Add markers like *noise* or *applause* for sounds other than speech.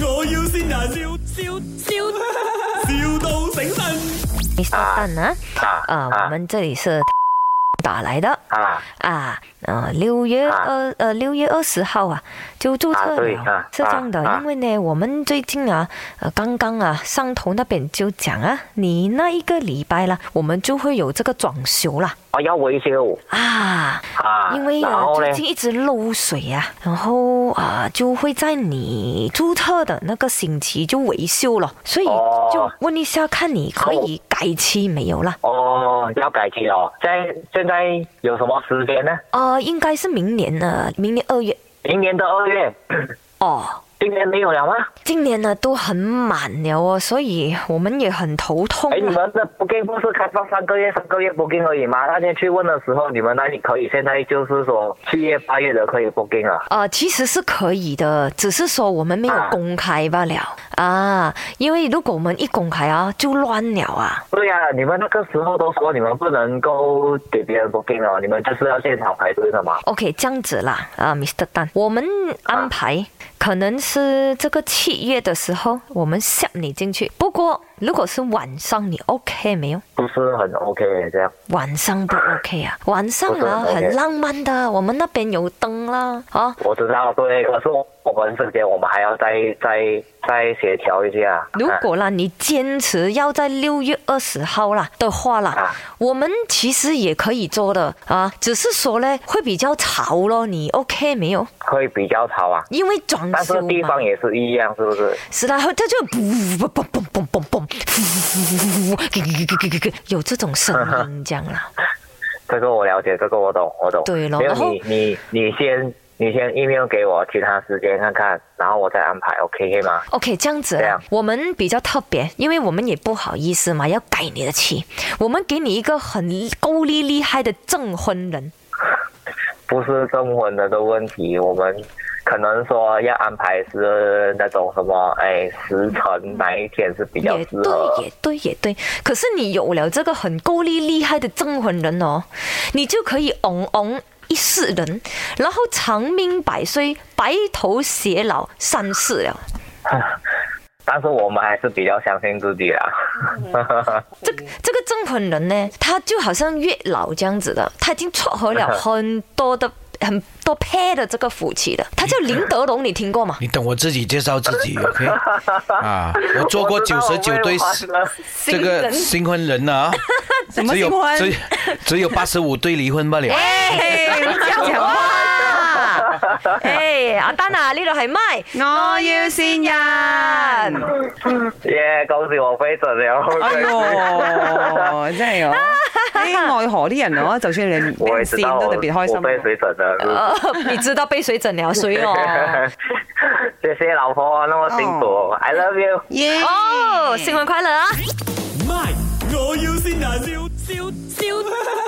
要先人，笑笑笑，,笑到醒神。 Mr. 蛋呢？呃，我们这里 *laughs* 是打来的啊，啊，呃，六月二呃六月二十号啊就注啊册对了，啊是这样的，啊因为呢我们最近啊呃刚刚啊上头那边就讲啊，你那一个礼拜啦，我们就会有这个装修啦我要维修啊。啊，因为然啊，后呢最，近一直漏水啊，然后啊就会在你注册的那个星期就维修了，所以哦就问一下看你可以改期没有啦？哦，要改期哦，现现在有什么时间呢？呃，应该是明年呢，明年二月明年的二月，哦。今年没有了吗？今年呢都很满了哦，所以我们也很头痛哎，你啊。们的 booking 不是开放三个月，三个月 booking 而已吗？那天去问的时候，你们那里可以，现在就是说七月、八月的可以 booking 啊。呃，其实是可以的，只是说我们没有啊公开罢了啊。因为如果我们一公开啊，就乱了啊。对呀、你们那个时候都说你们不能够给别人 booking 哦，你们就是要现场排队的嘛。 OK，这样子啦，啊，Mr. 蛋，我们安排可能是这个七月的时候，我们吓你进去。不过如果是晚上，你 OK 没有？不是很 OK 这样。晚上不 OK 啊，晚上不是啊很 OK 很浪漫的，我们那边有灯啦，啊，我知道，对，可是我们这边我们还要再再再协调一下。如啊果啦，你坚持要在六月二十号啦的话啦，啊我们其实也可以做的啊，只是说呢会比较潮咯，你 OK 没有？会比较吵啊，因为装但修是地嘛方，也是一样，是不是？嗯是啦，它就嘣嘣嘣嘣嘣嘣，有这种声音这样啦。这个我了解，这个我懂，我懂。对咯没有然后你你你先你先 email 给我其他时间看看，然后我再安排，OK 可以吗？ OK，这样子这啦样，我们比较特别，因为我们也不好意思嘛，要改你的气，我们给你一个很够力厉害的证婚人。不是征婚的的问题，我们可能说要安排是那种什么，哎，时辰哪一天是啊比较也适合对，也对，也对。可是你有了这个很够力厉害的证婚人哦，你就可以昂昂一世人，然后长命百岁，白头偕老三世了。但是我们还是比较相信自己啦。这嗯个这个证婚人呢，他就好像月老这样子的，他已经撮合了很多的 *laughs* 很多 pair 的这个夫妻了。他叫林德龙，你听过 *laughs* 吗？你等我自己介绍自 *laughs* 己，OK？啊，我做过我知九道十九我会对玩了这个新婚人啊， *laughs* 什么只有新婚只只有八十五对离婚罢 *laughs* 了。哎，这样讲 *laughs* 话。哎，阿丹啊，呢度系麦。我要善嗯人。耶恭喜我飞准了！哎呦，真係 *laughs* 哦！你奈何啲人哦，就算你唔我也知善道都我特別開心我。哦被水准了。是不是呃，你知道杯水整了水哦。 *laughs* 谢谢老婆那么辛苦、i 哦 love you。耶！哦哦，新婚快乐啊！ My，我要先人，笑笑笑。